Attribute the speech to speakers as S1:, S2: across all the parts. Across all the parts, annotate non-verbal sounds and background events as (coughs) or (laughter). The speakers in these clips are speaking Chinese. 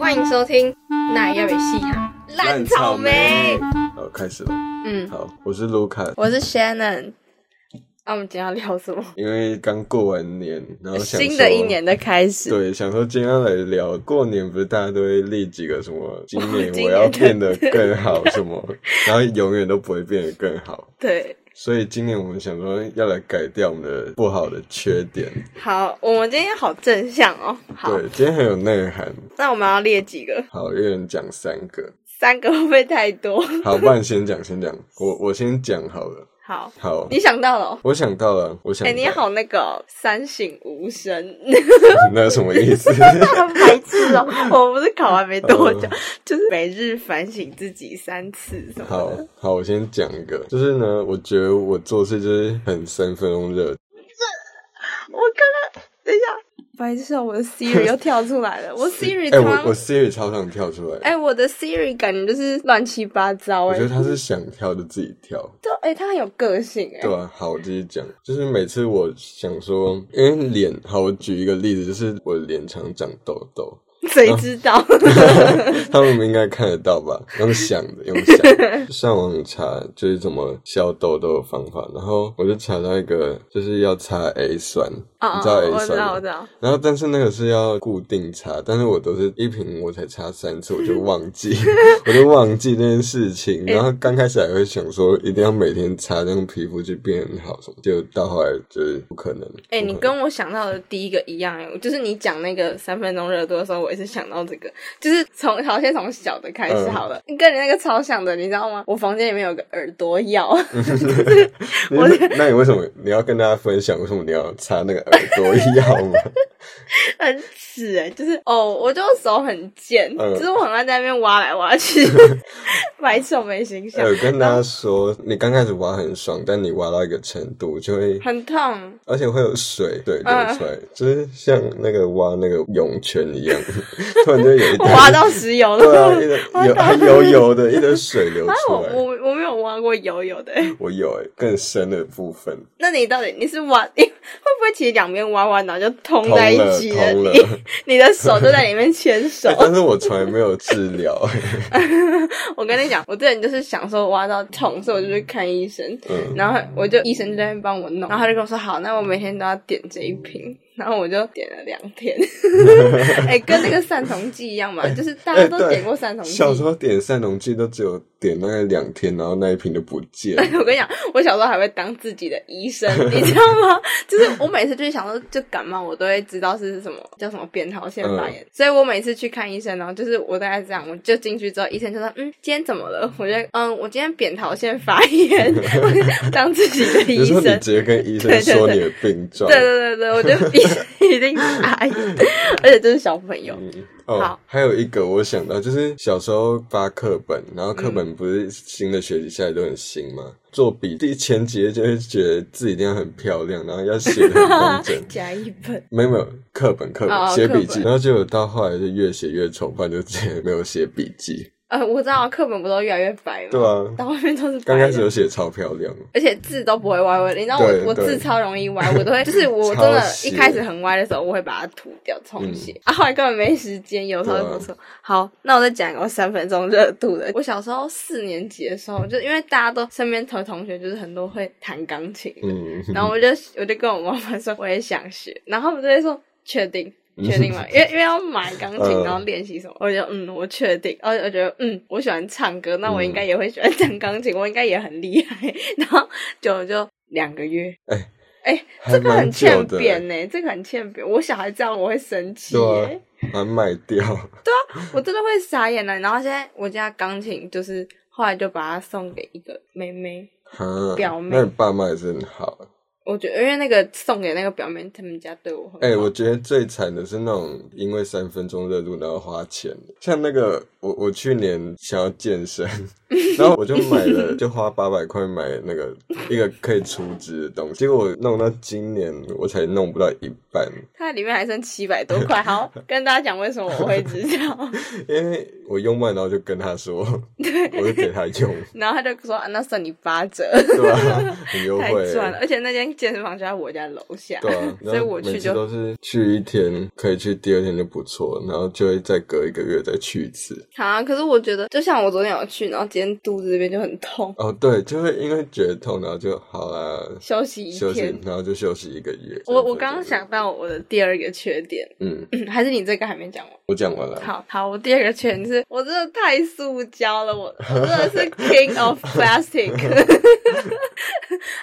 S1: 欢迎收听《那要被戏哈烂草莓》。。
S2: 好，开始了。
S1: 嗯，
S2: 好，我是卢卡，
S1: 我是 Shannon。那、我们今天要聊什么？
S2: 因为刚过完年，然后想
S1: 新的一
S2: 说
S1: 年的开始，
S2: 对，想说今天要来聊过年，不是大家都会立几个什么，今
S1: (laughs)
S2: 年
S1: 今
S2: 我要
S1: 年的
S2: 变得更好什么， (laughs) 然后永远都不会变得更好。
S1: 对，
S2: 所以今年我们想说要来改掉我们的不好的缺点，
S1: 好，我们今天好正向哦。好，
S2: 对，今天很有内涵。
S1: 那我们要列几个？
S2: 好，一人讲三个。
S1: 三个会不会太多？ (laughs)
S2: 好，不然先讲，先讲，我我先讲好了。
S1: 好，
S2: 好，
S1: 你想到了、哦？
S2: 我想到了，我想
S1: 哎、
S2: 到了，
S1: 你好，那个哦、三省吾身，
S2: (laughs)
S1: (laughs)
S2: 那什么意思？
S1: 白痴哦！我不是考完没多久，就是每日反省自己三次什么
S2: 好
S1: 的。
S2: 好，我先讲一个，就是呢，我觉得我做事就是很三分钟热度，
S1: 我刚刚等一下，白痴哦！我的 Siri 又跳出来 (laughs) 了，我 Siri
S2: 哎、
S1: 常
S2: 我我 Siri 超常跳出来，
S1: 哎、我的 Siri 感觉就是乱七八糟
S2: 我
S1: 哎、
S2: 觉得他是想跳就自己跳。
S1: 就哎、他很有个性哎、
S2: 对啊，好，我继续讲，就是每次我想说，因为脸，好，我举一个例子，就是我脸常长痘
S1: (laughs)
S2: 痘，
S1: 谁
S2: 啊
S1: 知道？
S2: 嗯 (laughs) 他们应该看得到吧？用想的，用想
S1: (laughs)
S2: 的。上网查就是怎么消痘痘的方法，然后我就查到一个，就是要擦 A 酸，你知道 A
S1: 哦我知
S2: 酸
S1: 道，
S2: 吗
S1: 我知道。
S2: 然后，但是那个是要固定擦，但是我都是一瓶我才擦三次，我就忘
S1: (laughs)
S2: 记，我就忘记这件事情。
S1: 哎
S2: 然后刚开始还会想说一定要每天擦，让皮肤就变好什么，结果到后来就是不可能。
S1: 哎、
S2: 不可
S1: 你
S2: 能
S1: 跟我想到的第一个一样哎、就是你讲那个三分钟热度的时候，我也是想到这个，就是从好先从小的开始
S2: 嗯
S1: 好了。跟你那个超像的，你知道吗？我房间里面有个耳朵药，
S2: 你
S1: (laughs) 我
S2: 那你为什么你要跟大家分享为什么你要擦那个耳
S1: (laughs)
S2: 朵药吗？
S1: 很屎哎、就是哦，我就手很贱，
S2: 嗯
S1: 就是我很爱在那边挖来挖
S2: (laughs)
S1: 去，白痴我没形象，
S2: (laughs) 我跟大家说，你刚开始挖很爽，但你挖到一个程度
S1: (laughs)
S2: 就会。
S1: 很痛。
S2: 而且会有水对流
S1: 嗯
S2: 出来，就是像那个挖那个涌泉
S1: (laughs)
S2: 一样，突然就有一
S1: 我
S2: 滩
S1: 挖到石油
S2: 对啊，
S1: (laughs) 了。我
S2: 一堆有
S1: 懂
S2: 还油油的，一堆水流
S1: 啊，
S2: 出
S1: 我
S2: 来。
S1: 我我没有挖过油油的欸、
S2: 我有哎、更深的部分
S1: (laughs) 那你到底你是挖，你会不会其实两边挖完然后就通
S2: 通
S1: 在一
S2: 了，
S1: 起
S2: 通了。
S1: 你你的手就在里面牵手
S2: 欸。但是我从来没有治
S1: (laughs)
S2: 疗、欸，
S1: 我跟你讲，我之前就是想说挖到痛，所以我就去看医生，
S2: 嗯，
S1: 然后我就医生就在那边帮我弄，然后他就跟我说好，那我每天都要点这一瓶。然后我就点了两天， (laughs) 哎、跟那个散瞳剂一样嘛，就是大家都
S2: 哎对
S1: 点过散瞳剂。
S2: 小时候点散瞳剂都只有点那个两天，然后那一瓶就不见了。
S1: 我跟你讲，我小时候还会当自己的医生，你知道吗？ (laughs) 就是我每次就是想说，就感冒，我都会知道是什么叫什么扁桃腺发
S2: 嗯
S1: 炎，所以我每次去看医生，然后就是我大概是这样，我就进去之后，医生就说，嗯，今天怎么了？ (laughs) 我就嗯，我今天扁桃腺发炎，我就当自己的
S2: 有
S1: (laughs) 医
S2: 时候
S1: 生
S2: (laughs) 你。直接跟医生
S1: 对对
S2: 说
S1: 对
S2: 你的病状，
S1: 对对对对，我觉得
S2: (laughs)
S1: 医生一定是阿姨，而且就是小朋友。
S2: 哦
S1: 好，。
S2: 还有一个我想到，就是小时候发课本，然后课本不是新的学期下来都很新吗？做笔记前几页就会觉得自己一定要很漂亮，然后要写的很完整
S1: 啊 (laughs) 加一本，
S2: 没有没有，课本课
S1: 哦
S2: 本写笔
S1: 课
S2: 记，
S1: 本
S2: 然后结果到后来就越写越丑，不然就直接没有写笔记。
S1: 呃，我知道课本不都越来越白吗？
S2: 对啊，
S1: 到后面都是白
S2: 刚
S1: 的
S2: 开始有写超漂亮，
S1: 而且字都不会歪歪的，你知道我
S2: 对
S1: 我
S2: 对
S1: 字超容易歪，我都会就是我真的
S2: 抄，袭
S1: 一开始很歪的时候，我会把它涂掉重写、
S2: 嗯
S1: 啊，后来根本没时间，有时候
S2: 啊
S1: 就不错。好，那我再讲一个三分钟热度的。我小时候四年级的时候，就因为大家都身边同同学就是很多会弹钢琴的，
S2: 嗯，
S1: 然后我就我就跟我妈妈说我也想学，然后他们就会说确定。确定吗？因为因为要买钢琴，
S2: 嗯
S1: 然后练习什么，我就嗯，我确定，而且我觉得嗯，我喜欢唱歌，那我应该
S2: 嗯
S1: 也会喜欢弹钢琴，我应该也很厉害。然后就就两个月，
S2: 哎
S1: 哎，
S2: 还
S1: 这个很
S2: 蛮久
S1: 欠
S2: 的欸
S1: 扁呢，这个很欠扁。我小孩这样我会生气
S2: 对啊
S1: 耶，
S2: 把它卖掉，
S1: 我真的会傻眼了。然后现在我家钢琴就是后来就把它送给一个妹妹，
S2: 哈
S1: 表妹
S2: 那你爸妈也是很好。啊
S1: 我觉得因为那个送给那个表妹，他们家对我很好。
S2: 哎、我觉得最惨的是那种因
S1: (laughs)
S2: 为三分钟热度然后花钱，像那个我我去年想要健身，然后我就买了，就花八百块买那个一个可以除脂的东西，结果我弄到今年我才弄不到一半，
S1: 它里面还剩七百多
S2: (laughs)
S1: 块。好，跟大家讲为什么我会知道，
S2: 因为我用完然后就跟他说，我就
S1: (laughs)
S2: 给他用，
S1: 然后他就说、啊、那算你八折，
S2: 对吧、很优
S1: 太
S2: 惠、
S1: 赚了。而且那间健身房就在我家楼下，
S2: 对啊，
S1: (laughs) 所以我去
S2: 每次
S1: 就
S2: 都是去一天，可以去第二天就不错，然后就会再隔一个月再去一次。
S1: 好啊，可是我觉得，就像我昨天有去，然后今天肚子这边就很痛， (laughs)
S2: 哦，对，就会因为觉得痛，然后就好啦，
S1: 休息一
S2: 休息
S1: 天。，
S2: 然后就休息一个月。
S1: 我我刚刚想，到我的第二个缺点， (coughs)
S2: 嗯，
S1: 还是你这个还没讲完。
S2: 我讲完了。
S1: 好好，我第二个缺点是我真的太塑胶了，我我真的是 king of
S2: (laughs)
S1: plastic。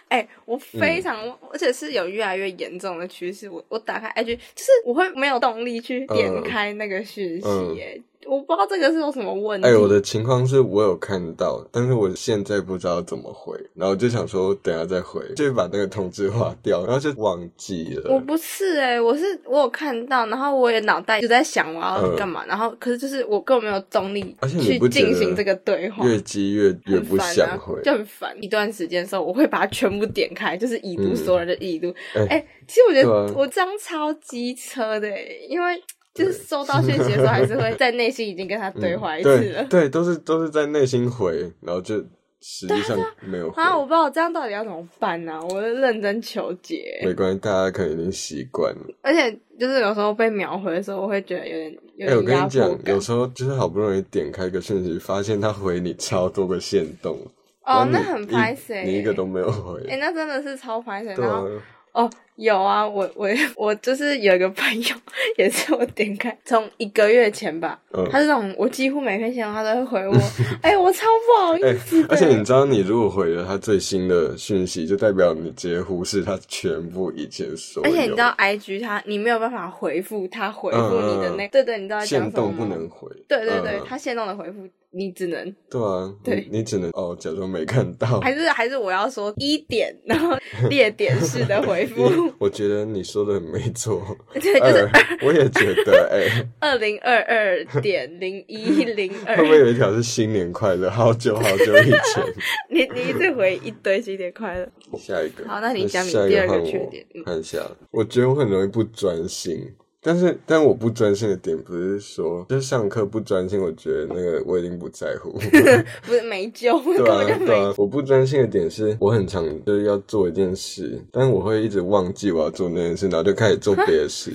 S1: 哎、我
S2: 嗯
S1: 非常，而且是有越来越严重的趋势。我我打开 IG，就是我会没有动力去点
S2: 嗯
S1: 开那个讯息、
S2: 嗯
S1: 哎、我不知道这个是有什么问题。
S2: 哎，我的情况是我有看到，但是我现在不知道怎么回，然后就想说等下再回，就把那个通知划掉，然后就忘记
S1: 我
S2: 了。
S1: 不是哎、我是我有看到，然后我也脑袋就在想我要干嘛，然后可是就是我根本没有动力
S2: 嗯而且
S1: 去
S2: 你不觉得
S1: 进行这个对话，
S2: 越积越越
S1: 很
S2: 不
S1: 烦
S2: 想
S1: 啊
S2: 回，
S1: 就很烦。一段时间的时候，我会把它全部点开，就是已读
S2: 嗯
S1: 所有人的已读。哎、
S2: 哎
S1: 其实我觉
S2: 对
S1: 得
S2: 啊
S1: 我这样超机车的、欸，因为就是收到讯息的时候，还是
S2: (laughs)
S1: 会在内心已经跟他对话一次了。
S2: 嗯对对，都是都是在内心回，然后就实际上没有回。
S1: 啊，我不知道我这样到底要怎么办呢、我就认真求解，
S2: 没关系，大家可能已经习惯了。
S1: 而且就是有时候被秒回的时候，我会觉得有点
S2: 哎、
S1: 有
S2: 我
S1: 点
S2: 跟
S1: 压迫
S2: 你讲，
S1: 感
S2: 有。时候就是好不容易点开个讯息，发现他回你超多个限动，
S1: 哦，那
S2: 然后
S1: 很
S2: 你一
S1: 拍谁、
S2: 你一个都没有回。
S1: 哎、那真的是超拍谁。
S2: 对
S1: 然
S2: 啊
S1: 后，哦，有啊，我我我就是有一个朋友，也是我点开，从一个月前吧，
S2: 嗯
S1: 他是那种我几乎每篇闲话他都会回
S2: (laughs)
S1: 我，哎、我超不好
S2: 哎、
S1: 意思的。
S2: 而且你知道，你如果回了他最新的讯息，就代表你直接忽视他全部以前所有。
S1: 而且你知道，I G 他你没有办法回复他回复你的那，
S2: 嗯嗯嗯
S1: 对对，你知道在讲
S2: 限
S1: 什么
S2: 动不
S1: 吗？
S2: 能回。
S1: 对对对，
S2: 嗯
S1: 他限动的回复你只能
S2: 对啊，
S1: 对
S2: 你你只能哦假装没看到。
S1: 还是还是我要说一点，然后列点式的回
S2: (laughs)
S1: 复。
S2: 一我觉得你说的很没错。
S1: 对，就是
S2: 二，我也觉得，哎、
S1: 二零二二点零一零 (laughs) 二
S2: 会不。会有一条是新年快乐？好久好久以前。
S1: 你你一直回一堆新年快乐，
S2: 下一个，
S1: 好那你讲你
S2: 下一
S1: 第二个
S2: 换我
S1: 缺点嗯
S2: 看一下，我觉得我很容易不专心。但是，但我不专心的点不是说，就是上课不专心，我觉得那个我已经不在乎，
S1: 不是没救，根
S2: 对啊
S1: 本就，
S2: 对
S1: 没。
S2: 啊。我不专心的点是，我很常就是要做一件事，但我会一直忘记我要做那件事，然后就开始做别
S1: (laughs)
S2: 的事。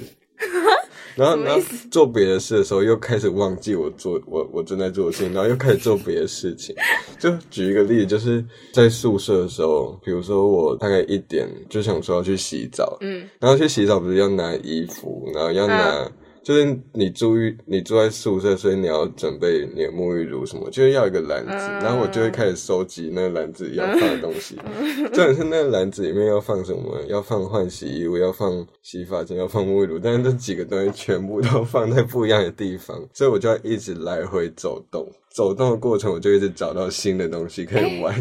S2: 然后，
S1: 什么
S2: 然
S1: 意
S2: 后
S1: 思
S2: 做别的事的时候，又开始忘记我做我我正在做的事情，然后又开始做别的事情。 (laughs) 就举一个例子，就是在宿舍的时候，比如说我大概一点就想说要去洗澡，
S1: 嗯，
S2: 然后去洗澡不是要拿衣服，然后要拿，就是你住浴，你住在宿舍，所以你要准备你的沐浴乳什么，就是要一个篮子，
S1: 嗯
S2: 然后我就会开始收集那个篮子要放的东西。 (laughs) 重点是那个篮子里面要放什么？要放换洗衣物，要放洗发精，要放沐浴乳，但是这几个东西全部都放在不一样的地方，所以我就要一直来回走动。走动的过程，我就一直找到新的东西可以玩，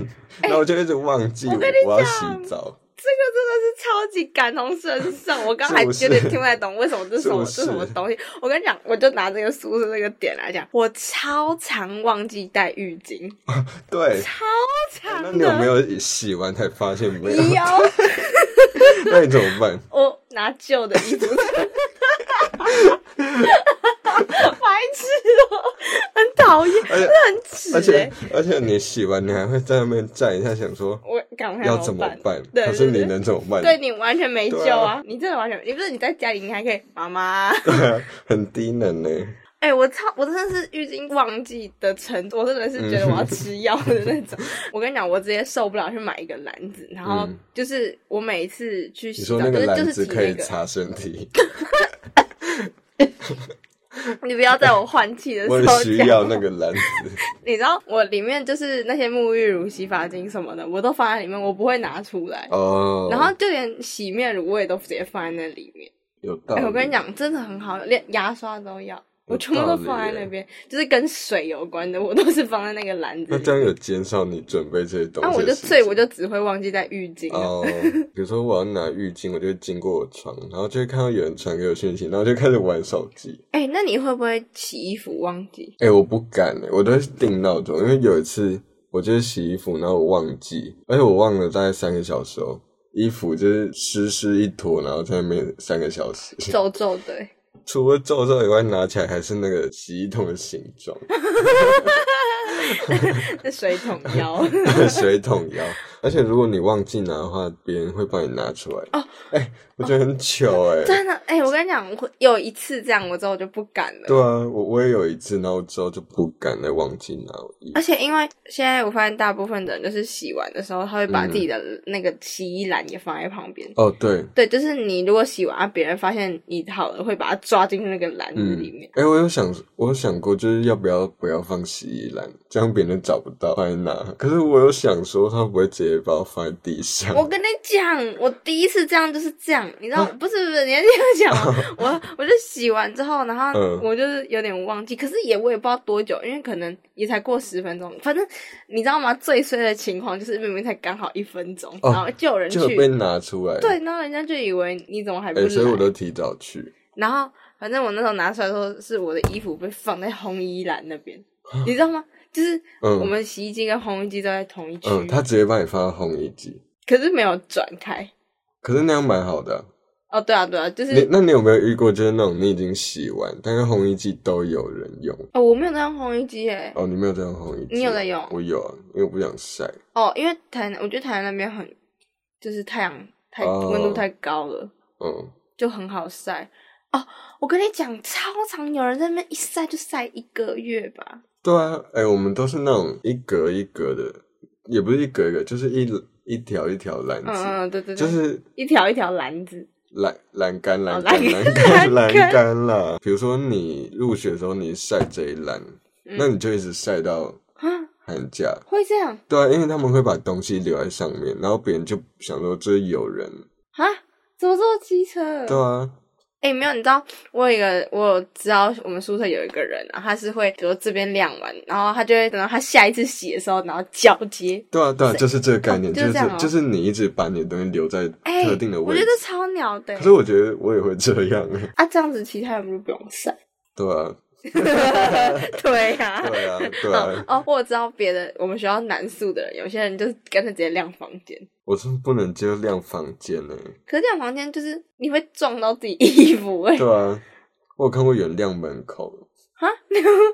S2: 然后我就一直忘记我我要洗澡。
S1: 这个真的是超级感同身受，我刚才
S2: 是不是
S1: 有点听不太懂为什么这是什么这
S2: 是不是
S1: 什么东西。我跟你讲，我就拿这个宿舍这个点来讲，我超常忘记带浴巾，
S2: 对，
S1: 超常
S2: 哎那
S1: 的。
S2: 你有没有洗完才发现没有？
S1: 有
S2: (laughs) 那你怎么办？
S1: 我拿旧的
S2: (laughs)
S1: 衣服。白痴哦、很讨厌，
S2: 而且
S1: 这
S2: 而
S1: 很耻哎、
S2: 且而且你洗完，你还会在那边站一下，想说
S1: 我赶快
S2: 要怎么办？
S1: 对
S2: 可是
S1: 对
S2: 你
S1: 对
S2: 能怎么办？
S1: 对你完全没救
S2: 对
S1: 啊！
S2: 啊
S1: 你真的完全，你不是你在家里，你还可以妈妈。
S2: 对啊， (laughs) 很低能呢。
S1: 哎、我超，我真的是浴巾忘记的程度，我真的是觉得
S2: 嗯
S1: 我要吃药的那种。我跟你讲，我直接受不了去买一个篮子，然后
S2: 嗯
S1: 就是我每一次去
S2: 你
S1: 洗
S2: 说
S1: 澡，
S2: 那
S1: 就
S2: 个
S1: 是就
S2: 篮
S1: 是
S2: 子
S1: 提
S2: 可以
S1: 那个，
S2: 擦身
S1: (laughs)
S2: 体，
S1: 你不要在我换气的时
S2: (laughs) (laughs) 我
S1: 候
S2: 很需
S1: 讲
S2: 要那个篮子。
S1: 你知道我里面就是那些沐浴乳、洗发精什么的，我都放在里面，我不会拿出来。
S2: 哦，
S1: (laughs) 然后就连洗面乳我也都直接放在那里面。
S2: 有道
S1: 哎、
S2: 理。
S1: 我跟你，讲，真的很好，连牙刷都要，我全部
S2: 道
S1: 都
S2: 理
S1: 放在
S2: 耶
S1: 那边，就是跟水有关的，我都是放在那个篮子
S2: 那
S1: 里。
S2: 这样有减少你准备这些东
S1: 那、
S2: 西
S1: 啊我
S2: 的
S1: 就
S2: 时
S1: 所以
S2: 间
S1: 我就只会忘记带浴巾啊、
S2: 哦，比如说我要拿浴巾，我就会经过我床，然后就会看到有人传给我讯息，然后就开始玩手机。
S1: 哎、那你会不会洗衣服忘记？
S2: 哎、我不敢、欸，我都会定闹钟，因为有一次我就是洗衣服，然后我忘记，而且我忘了大概三个小时哦，衣服就是湿湿一坨，然后在那边三个小时。
S1: 皱皱的欸，
S2: 除了皱皱以外，拿起来还是那个洗衣桶的形状， (laughs)
S1: 那水桶
S2: (laughs)
S1: 腰。
S2: 水桶腰。而且如果你忘记拿的话，别人会帮你拿出来。哦，哎、我觉得很糗哎、
S1: 真的，哎、我跟你讲，我有一次这样，我之后就不敢了。
S2: 对啊，我我也有一次，然后之后就不敢再忘记拿我衣服。
S1: 而且因为现在我发现大部分的人就是洗完的时候，他会把自己的那个洗衣篮也放在旁边。
S2: 哦，对，
S1: 对，就是你如果洗完，啊别人发现你好了，会把它抓进那个篮子
S2: 嗯
S1: 里面。，
S2: 哎、我有想，我有想过，就是要不要不要放洗衣篮，这样别人找不到，放在那。可是我有想说，他会不会直接把我放在地 (laughs) 上？
S1: 我跟你讲，我第一次这样就是这样，你知道？
S2: 嗯
S1: 不是不是，你要这样
S2: (laughs)
S1: 讲吗，我我就洗完之后，然后
S2: 嗯
S1: 我就是有点忘记，可是也我也不知道多久，因为可能也才过十分钟，反正你知道吗？最衰的情况就是明明才刚好一分钟，
S2: 哦
S1: 然后就有人去
S2: 就，被拿出来。
S1: 对，然后人家就以为你怎么还不
S2: 哎、
S1: 来？
S2: 所以我都提早去。
S1: 然后反正我那时候拿出来的时候，是我的衣服被放在烘衣篮那边，你知道吗？就是我
S2: 啊嗯
S1: 们洗衣机跟烘衣机都在同一区，
S2: 嗯，他直接把你放到烘衣机，
S1: 可是没有转开。
S2: 可是那样蛮好的啊、
S1: 哦，对啊，对啊，就是
S2: 你那你有没有遇过，就是那种你已经洗完，但是烘衣机都有人用？
S1: 哦，我没有在用烘衣机诶。
S2: 哦，你没有在用烘衣机？
S1: 你有在用
S2: 我有啊，因为我不想晒。
S1: 哦，因为台南，我觉得台南那边很，就是太阳太
S2: 哦
S1: 温度太高了，
S2: 嗯，
S1: 就很好晒。哦，我跟你讲，超常有人在那边一晒就晒一个月吧。
S2: 对啊，哎、我们都是那种一格一格的，也不是一格一格，就是一一条一条篮子，
S1: 嗯嗯，对对对，
S2: 就是
S1: 一条一条篮子。
S2: 栏栏杆栏
S1: 哦
S2: 杆
S1: 栏
S2: 栏
S1: (laughs)
S2: 杆
S1: 栏
S2: 栏
S1: 杆
S2: 杆啦。比如说你入学的时候，你晒这一栏，
S1: 嗯
S2: 那你就一直晒到
S1: 啊，
S2: 寒假。
S1: 会这样
S2: 对啊，因为他们会把东西留在上面，然后别人就想说这有人。
S1: 啊？怎么这么机车？
S2: 对啊，
S1: 哎、没有，你知道我有一个，我有知道我们宿舍有一个人啊，他是会，比如这边晾完，然后他就会等到他下一次洗的时候，然后交接。
S2: 对啊，对啊，就是这个概念，
S1: 哦就
S2: 就是是
S1: 这样哦
S2: 就是你一直把你的东西留在
S1: 哎、
S2: 特定的
S1: 我
S2: 位
S1: 觉
S2: 置。
S1: 得超鸟的、
S2: 可是我觉得我也会这样，哎
S1: 啊，这样子其他人就不用晒。
S2: 对啊，
S1: 对呀、
S2: (laughs) 对啊，对
S1: 哦 (laughs)
S2: 啊，
S1: 哦，我知道别的我们学校男宿的人，有些人就是干脆直接晾房间。
S2: 我真的不能接受晾房间欸呢。
S1: 可是晾房间就是你会撞到自己衣服哎、
S2: 对啊，我有看过有人晾
S1: (laughs)
S2: 门口。
S1: 啊？
S2: (laughs)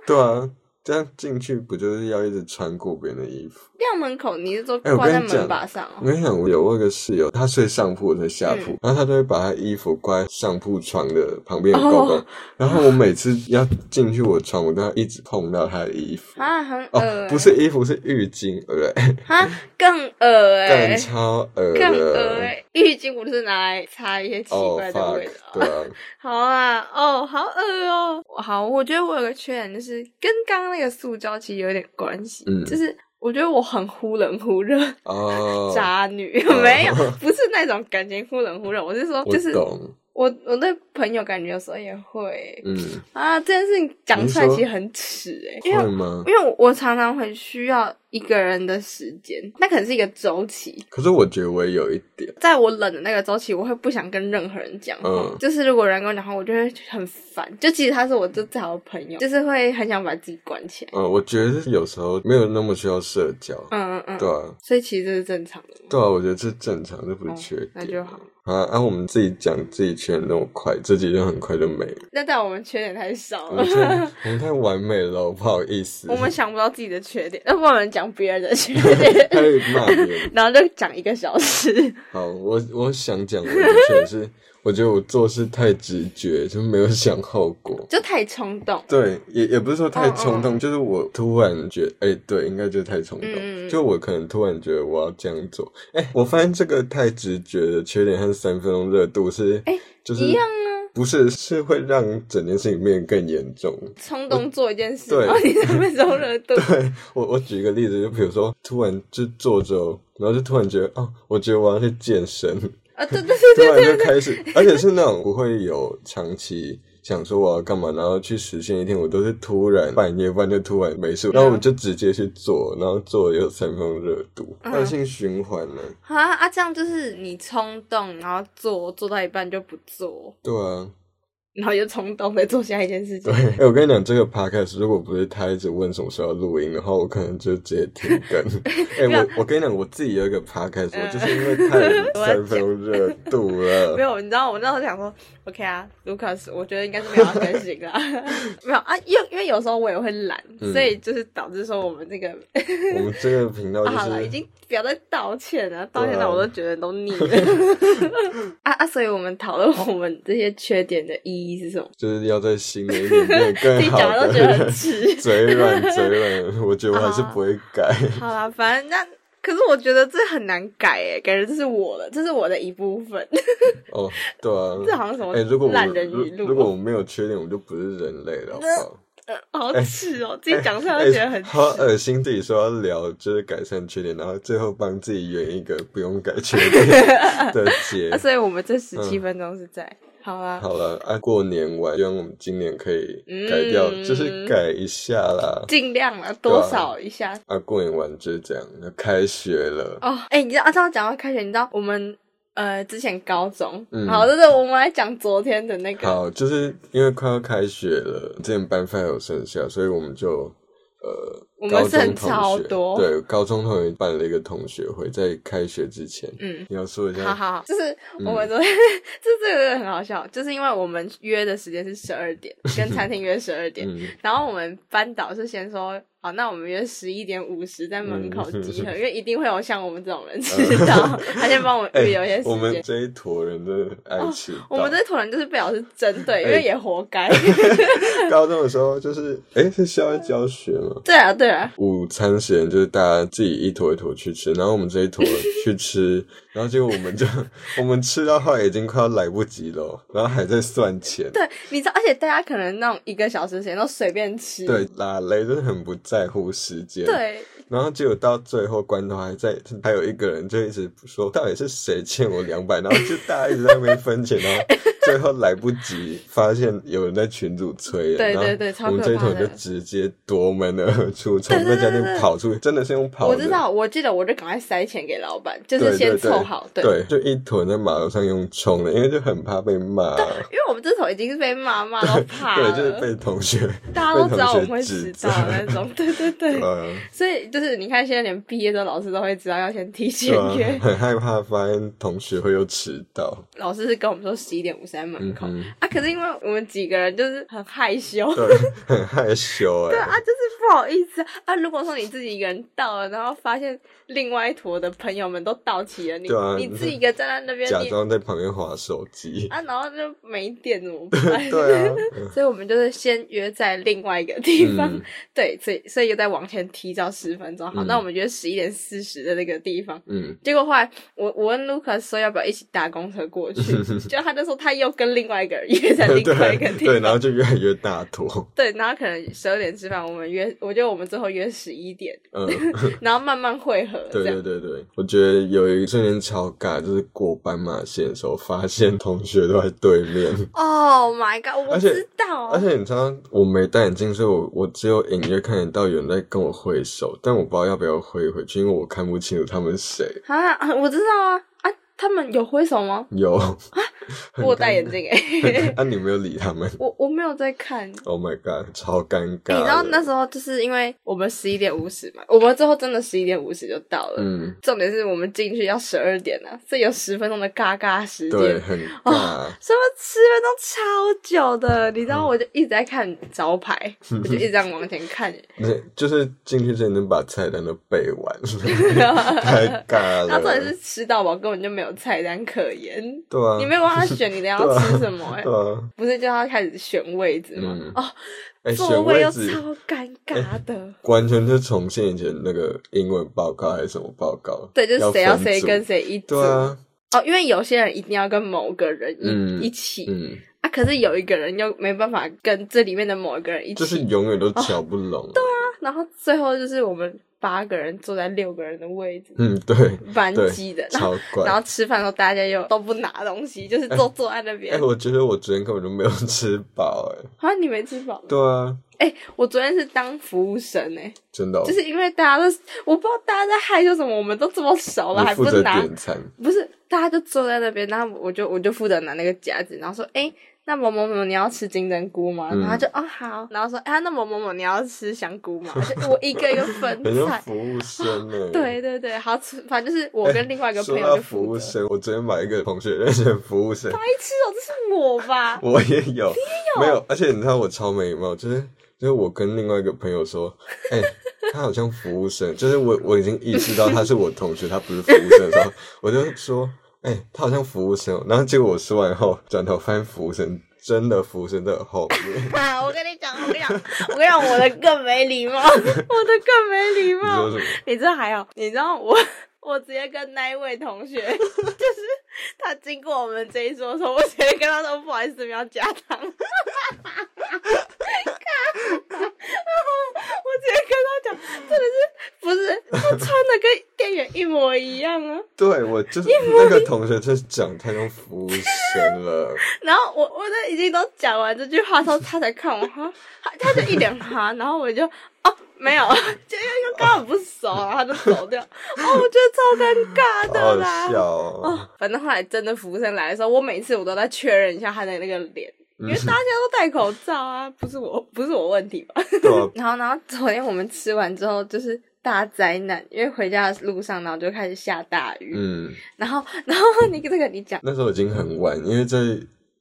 S2: 对啊，这样进去不就是要一直穿过别人的衣服？
S1: 晾门口你是说
S2: 哎我
S1: 挂
S2: 跟
S1: 在
S2: 你
S1: 门
S2: 讲嗯
S1: 把上、哦
S2: 我跟你讲，我有我有个室友，他睡上铺，我睡下
S1: 嗯
S2: 铺，然后他就会把他衣服挂在上铺床的旁边的钩钩，
S1: 哦
S2: 然后我每次要进去我床，我都要一直碰到他的
S1: (laughs)
S2: 衣服。
S1: 啊，很恶、
S2: 哦，不是衣服，是浴巾，呃， (laughs)
S1: 啊，更恶哎、
S2: 更超恶
S1: 更恶
S2: 的。
S1: 哎、浴巾不是拿来擦一些奇
S2: 哦
S1: 怪的味道。
S2: ，fuck，对啊，
S1: 好啊，哦，好恶哦。好，我觉得我有个缺点就是跟刚刚那个塑胶其实有点关系，
S2: 嗯
S1: 就是我觉得我很忽冷忽热，
S2: 哦，
S1: (laughs) 渣女、
S2: 哦
S1: 没有，不是那种感情忽冷忽
S2: (laughs)
S1: 热，我是说
S2: 我
S1: 就是
S2: 懂，
S1: 我我对朋友感觉有时候也会、
S2: 嗯，
S1: 啊，这件事情讲出来
S2: 你说
S1: 其实很耻哎、因为
S2: 会吗？
S1: 因为我我常常很需要一个人的时间，那可能是一个周期。
S2: 可是我觉得我也有一点，
S1: 在我冷的那个周期，我会不想跟任何人讲话。
S2: 嗯
S1: 就是如果有人跟我讲话，我就会很烦。就其实他是我最最好的朋友，就是会很想把自己关起来。
S2: 嗯，我觉得有时候没有那么需要社交，
S1: 嗯嗯嗯。
S2: 对啊，
S1: 所以其实这是正常的。
S2: 对啊，我觉得这正常，这不是缺点。
S1: 哦那就好。
S2: 啊，按、我们自己讲自己缺点那么快，自己就很快就没了。
S1: 那但我们缺点太少
S2: 我们
S1: 了，(laughs)
S2: 太我们太完美了，不好意思。
S1: 我们想不到自己的缺点，呃要不然我们讲别人的缺点，
S2: (laughs)
S1: (laughs)
S2: 太骂人。
S1: 然后就讲一个小时。 (laughs)
S2: 好，我我想讲我的缺点是，我觉得我做事太直觉，就没有想后果。
S1: 就太冲动。
S2: 对，也也不是说
S1: 嗯
S2: 太冲动，就是我突然觉哎、对，应该就是太冲动。
S1: 嗯嗯嗯
S2: 就我可能突然觉得我要这样做，哎、我发现这个太直觉的缺点和三分钟热度是，
S1: 哎
S2: 就是
S1: 一样啊，
S2: 不是，是会让整件事情变得更严重。
S1: 冲动做一件事，
S2: 对
S1: 然后你三分钟热度，
S2: 对我，我举一个例子，就比如说，突然就坐着哦，然后就突然觉得，哦，我觉得我要去健身，
S1: (laughs) 啊，对对对
S2: (laughs) 突
S1: 对
S2: 然就开始，而且是那
S1: (laughs)
S2: 种不会有长期想说我要干嘛，然后去实现一天，我都是突然半夜，不然就突然没事，然后我就直接去做，然后做了有三分钟热度，
S1: 嗯
S2: 恶性循环呢。
S1: 啊啊，这样就是你冲动，然后做做到一半就不做，
S2: 对啊，
S1: 然后就冲动的做下一件事情
S2: 对，。哎、我跟你讲，这个 podcast 如果不是他一直问什么时候要录音的话，我可能就直接停
S1: (laughs)
S2: 更。哎、我我跟你讲，我自己有一个 podcast，、我就是因为太三分钟热度了
S1: 呃 (laughs) 没。有，你知道我那时候想说，OK 啊，Lucas，我觉得应该是没有要更新啦。 (laughs) 没有啊，因为因为有时候我也会懒，
S2: 嗯
S1: 所以就是导致说我们这个、
S2: 我们这个频哦道就
S1: 啊好了，已
S2: 是，
S1: 经不要再道歉了，道歉
S2: 对啊
S1: 到我都觉得都腻
S2: (laughs)
S1: 了。 (laughs) 啊啊，所以我们讨论我们这些缺点的意义是什么？
S2: 就是要在新的一年变
S1: (laughs)
S2: 得
S1: 自
S2: 更
S1: 己
S2: 嗯好
S1: 讲的
S2: 的。
S1: 都觉得很
S2: (laughs)
S1: 耻。
S2: 嘴软，嘴软，我觉得我还是
S1: 啊
S2: 不会改。 (laughs)
S1: 好啦，反正那。可是我觉得这很难改诶，感觉这是我的，这是我的一部分。 (laughs)
S2: 哦，对啊，
S1: 这好像什么
S2: 哎、如果我
S1: 烂人
S2: 如
S1: 语录哦
S2: 如果我没有缺点，我就不是人类了，好不好？
S1: 呃好耻哦、自己讲出来
S2: 哎
S1: 都觉得很啊耻。
S2: 好恶心，自己说要聊就是改善缺点，然后最后帮自己圆一个不用改缺
S1: (laughs)
S2: 点的结
S1: 啊，。所以我们这十七分钟是在、好啦，
S2: 哎嗯好了，啊，过年完，希望我们今年可以改掉，
S1: 嗯
S2: 就是改一下啦。
S1: 尽量了，多少一下。
S2: 啊，过年完就是这样，要开学了。
S1: 哦，哎、你知道啊？这样讲到开学，你知道我们呃之前高中，
S2: 嗯
S1: 好，就是我们来讲昨天的那个，
S2: 好，就是因为快要开学了，之前班费还有剩下，所以我们就呃，
S1: 我们
S2: 高中
S1: 剩
S2: 同
S1: 超
S2: 学
S1: 多
S2: 对，高中同学办了一个同学会，在开学之前，
S1: 嗯。
S2: 你要说一
S1: 好
S2: (laughs) 下，
S1: 好好，就是
S2: 嗯
S1: 我们昨天， (laughs) 这这个很好笑，就是因为我们约的时间是十二点，跟餐厅约十二点，
S2: 嗯，
S1: 然后我们班导是先说，好，那我们约十一点五十在门口
S2: 嗯 (laughs)
S1: 集合，因为一定会有像我们这种人迟到，他先帮我们预留一些时间。哦
S2: 哎我们这一坨人真的爱迟到。
S1: 我们这突然就是被老师针对，因
S2: 哎
S1: 为也活
S2: (laughs)
S1: 该。
S2: 高中的时候就是，哎、是校外教学吗？
S1: 对啊，对啊，
S2: 午餐时间就是大家自己一坨一坨去吃，然后我们这一
S1: (laughs)
S2: 坨去吃，然后结果我们就我们吃到后来已经快要来不及了哦，然后还在算钱。
S1: 对，你知道，而且大家可能那种一个小时时间都随便吃，
S2: 对，拉雷真的很不在乎时间。，
S1: 对
S2: 然后结果到最后关头还在，还有一个人就一直说到底是谁欠我两百，然后就大家一直在那边分钱，然后最后来不及发现有人在群组催了，
S1: 对
S2: 然后
S1: 对对超
S2: 我们
S1: 可
S2: 这一
S1: 怕
S2: 头
S1: 的
S2: 就直接夺门而出，从那家店跑出去，真的是用跑
S1: 我
S2: 的。
S1: 知道，我记得我就赶快塞钱给老板，就
S2: 对，
S1: 是先
S2: 对对
S1: 凑好，对。
S2: 对，就一坨在马路上用冲的，因为就很怕被骂，
S1: 因为我们这头已经是被骂骂到怕
S2: 对，就是
S1: 了，
S2: 被同学，
S1: (laughs) 大家都知道我们
S2: 被
S1: 会
S2: 同学
S1: 迟
S2: 指
S1: 到
S2: 责 (laughs)
S1: 那种， (laughs) 对对对，
S2: 呃，
S1: 所以就是你看，现在连毕业的老师都会知道要先提前
S2: 对啊
S1: 约，
S2: 很害怕发现同学会又迟到。
S1: 老师是跟我们说十一点五十在门口、
S2: 嗯
S1: 啊，可是因为我们几个人就是很害羞，
S2: 对，很害羞哎、
S1: 对啊，就是不好意思啊啊。如果说你自己一个人到了，然后发现另外一坨的朋友们都到齐了，你、
S2: 对啊
S1: 你自己一个站在那边，
S2: 假
S1: 你
S2: 装在旁边划手
S1: (laughs)
S2: 机。
S1: 啊，然后就没电怎么办？ (laughs)
S2: 对啊， (laughs)
S1: 所以我们就是先约在另外一个地方，
S2: 嗯
S1: (laughs) 对，所以所以又再往前提早十分钟。好，
S2: 嗯
S1: 那我们约十一点四十的那个地方。
S2: 嗯，
S1: 结果后来我我问 Lucas 说要不要一起搭公车
S2: (laughs)
S1: 过去，就他就说他又跟另外一个人约在
S2: 对
S1: 另
S2: (laughs)
S1: 外一个地
S2: 对，然后
S1: 方。
S2: 就越来越大坨。
S1: 对，然后可能十二点吃饭，我们约，我觉得我们最后约十一点， (laughs)
S2: 嗯，
S1: 然后慢慢汇合，
S2: 对
S1: 这样
S2: 对对对，我觉得有一瞬间超尬，就是过斑马线的时候，发现同学都在对面。
S1: Oh my god！我
S2: 而且
S1: 知道，啊
S2: 而且你知道，我没戴眼镜，所以我我只有隐约看得到有人在跟我挥手，但我不知道要不要挥回去，因为我看不清楚他们是谁。
S1: 啊，我知道啊啊！他们有挥手吗？
S2: 有，很
S1: 我戴
S2: 尴
S1: 眼镜哎、
S2: (laughs) 啊，你没有理他们
S1: 我我没有在看。
S2: ？Oh my god，超尴
S1: 欸
S2: 尬的。
S1: 你知道那时候就是因为我们十一点五十嘛，我们最后真的十一点五十就到了。
S2: 嗯，
S1: 重点是我们进去要十二点了、啊，所以有十分钟的嘎嘎时间。哦
S2: 对，啊很尬。
S1: 什么十分钟超久的，你知
S2: 嗯
S1: 道我就一直在看招
S2: (laughs)
S1: 牌，我就一直这样往前看，
S2: 那 (laughs) 就是进去之前能把菜单都背完，
S1: (laughs)
S2: 太尬了。
S1: 然后啊重点是吃到饱根本就没有菜单可言，
S2: 对啊，
S1: 你没有办法选你等一下要吃什么、欸，
S2: (laughs) 对啊，
S1: 不是就要开始选位置吗？
S2: 嗯
S1: 哦，
S2: 哎、
S1: 座
S2: 选
S1: 位
S2: 位
S1: 又
S2: 置哎
S1: 超尴尬的。
S2: 完全就重现以前那个英文报告还是什么报告，
S1: 对，就是谁
S2: 要
S1: 要
S2: 分
S1: 谁
S2: 组
S1: 跟谁一组、
S2: 对啊，
S1: 哦，因为有些人一定要跟某个人一、
S2: 嗯
S1: 一起、
S2: 嗯，
S1: 啊，可是有一个人又没办法跟这里面的某一个人一起，
S2: 就是永远都
S1: 哦
S2: 瞧不拢、对啊，
S1: 然后最后就是我们八个人坐在六个人的位置，
S2: 嗯，对，
S1: 班
S2: 对
S1: 级的， (laughs) 然后
S2: 超
S1: (laughs) 然后
S2: 怪。
S1: 吃饭的时候大家又都不拿东西，就是都坐在那边。
S2: 哎、我觉得我昨天根本就没有 (laughs) 吃饱，哎，
S1: 好像你没吃饱。
S2: 对啊，
S1: 哎、我昨天是当服务生哎、
S2: 真的哦、
S1: 就是因为大家都，我不知道大家在害羞什么，我们都这么熟了，还
S2: 你负
S1: 不
S2: 责
S1: 拿，
S2: 点餐，
S1: 不是大家就坐在那边，然后我就我就负责拿那个夹子，然后说，哎、那某某某你要吃金针菇吗？
S2: 嗯
S1: 然后他就哦好，然后说，哎、那某某某你要吃香菇
S2: (laughs)
S1: 吗？就我一个一个分
S2: 很像
S1: 菜，啊
S2: 服务生呢、欸。
S1: 对对对，好吃，反正就是我跟另外一个朋
S2: 哎说
S1: 友
S2: 到
S1: 就
S2: 服务
S1: 负责。
S2: 生，我昨天买一个同学认识的服务生，
S1: 白痴哦、这是我吧？
S2: 我也有，没有，而且你知道我超没礼貌，就是就是我跟另外一个朋友说，哎、他好像服务生，就是我我已经意识到他是我同学，他不是服务生的时候，我就说，哎、他好像服务生哦，然后结果我说完后，转头发现服务生真的服务生在我后面， (laughs)
S1: 啊！我跟你讲，我跟你讲，我跟你讲，我的更没礼貌，我的更没礼
S2: 你
S1: 貌
S2: 说。什么？
S1: 你知道还有，你知道我我直接跟那一位同学，就是他经过我们这一桌的时候，我直接跟他说不好意思，你们要加糖。看，然后我直接跟他讲，真的是不是他穿的跟店员一模一样啊？
S2: 对我就是那个同学，就是长太像服务生了，
S1: 然后我我都已经都讲完这句话之后，他才看我哈，他他就一脸哈，然后我就哦没有， (laughs) 就因为因为刚好不熟，然后他就走掉，哦，我觉得超尴尬
S2: 好
S1: 的
S2: 好
S1: 啦。
S2: 笑、哦。
S1: 哦， (laughs) 反正后来真的服务生来的时候，我每次我都在确认一下他的那个脸，因为大家都戴口罩啊，不是我，不是我问题吧？
S2: 对啊，
S1: (laughs) 然后，然后昨天我们吃完之后就是大灾难，因为回家的路上，然后就开始下大雨，
S2: 嗯。
S1: 然后，然后你这个你讲，
S2: 那时候已经很晚，因为在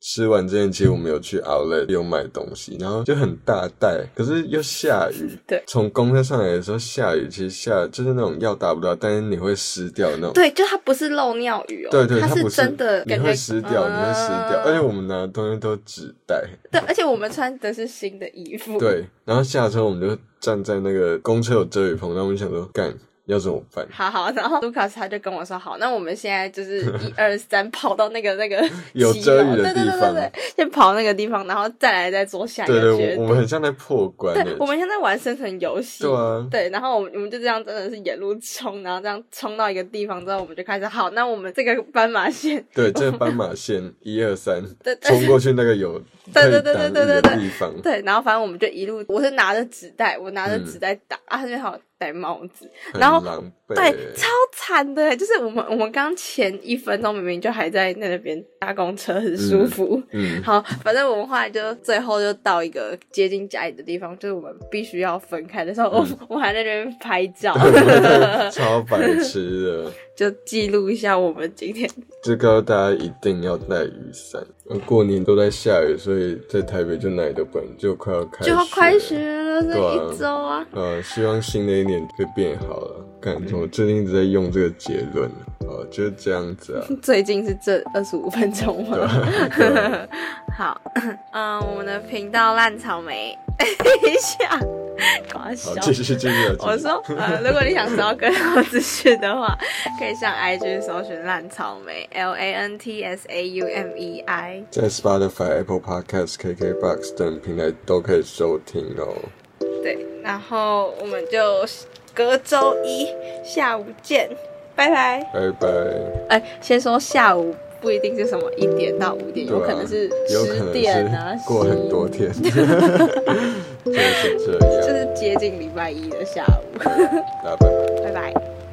S2: 吃完之前，其实我们有去 Outlet 有买东西，然后就很大袋，可是又下雨。
S1: (laughs) 对
S2: 从公车上来的时候下雨，其实下就是那种要打不到，但是你会湿掉那种。
S1: 对，就它不是漏尿雨哦，
S2: 对对，
S1: 它
S2: 它不
S1: 真的
S2: 你
S1: 感觉啊
S2: 会湿掉，你会湿掉，而且我们拿的东西都纸袋。
S1: 对，而且我们穿的是新的衣服，
S2: 对，然后下车我们就站在那个公车有遮雨棚，然后我们想说干要怎么办？
S1: 好好，然后卢卡斯他就跟我说：“好，那我们现在就是
S2: (laughs)
S1: 一二三跑到那个那个
S2: 有
S1: 骑
S2: 遮
S1: 楼
S2: 雨
S1: 对对
S2: 的
S1: 对
S2: 地方
S1: 对对，先跑那个地方，然后再来再做下一
S2: 对
S1: 个
S2: 对，
S1: 决
S2: 我我
S1: 定。
S2: 们很像在破关
S1: 对
S2: 欸，
S1: 我们现在玩生存游戏，
S2: 对啊
S1: 对然后我们我们就这样真的是沿路冲，然后这样冲到一个地方之后，我们就开始好，那我们这个斑马线， (laughs)
S2: 对，这个斑马线一二三
S1: 对，对
S2: 冲过去那个有
S1: 对
S2: 可以
S1: 对对对
S2: 挡
S1: 对
S2: 雨
S1: 对
S2: 的
S1: 对
S2: 地方，
S1: 对，然后反正我们就一路，我是拿着纸袋，我拿着
S2: 嗯
S1: 纸袋打，啊，他就好戴帽子，
S2: 很
S1: 然后
S2: 狼狈，
S1: 对，超惨的，欸就是我们我们刚前一分钟明明就还在那边搭公车，很舒服。(laughs)
S2: 嗯，
S1: 好，反正我们后来就最后就到一个接近家里的地方，就是我们必须要分开的时候，我、
S2: 嗯
S1: 我还在那边拍
S2: (laughs)
S1: 照，
S2: 超白痴的。
S1: 就记录一下我们今天。
S2: 就告诉大家一定要带雨伞。呃过年都在下雨，所以在台北就哪里都不能，就快要开
S1: 就要开学
S2: 学。
S1: 了，这
S2: 对啊
S1: 一周啊。
S2: 呃，希望新的一年会变好了。感我最近一直在用这个结论，呃，就是这样子
S1: (laughs)
S2: 啊。
S1: 最近是这二十五分钟
S2: 对
S1: 吗？
S2: 啊，对啊
S1: (laughs) 好， (coughs) 嗯，我们的频道烂草莓， (laughs) 一下，搞笑
S2: 好，。继续继续啊。继续
S1: 我说，呃，如果你想知道更多资讯的话，可以上 IG 搜寻烂草莓 L A N T S A U M E I。
S2: 在 Spotify、Apple Podcast、KKBox 等平台都可以收听哦。
S1: 对，然后我们就隔周一下午见，拜拜。
S2: 拜拜。
S1: 哎、先说下午不一定是什么一点到五点，
S2: 对
S1: 有
S2: 啊
S1: 可能是
S2: 有可
S1: 十
S2: 能
S1: 点啊，
S2: 是过很多
S1: 10， (laughs)
S2: 天， (laughs) 就是这
S1: 就
S2: 样。 (laughs)
S1: 是接近礼拜一的下午。
S2: 大家拜拜。
S1: 拜拜。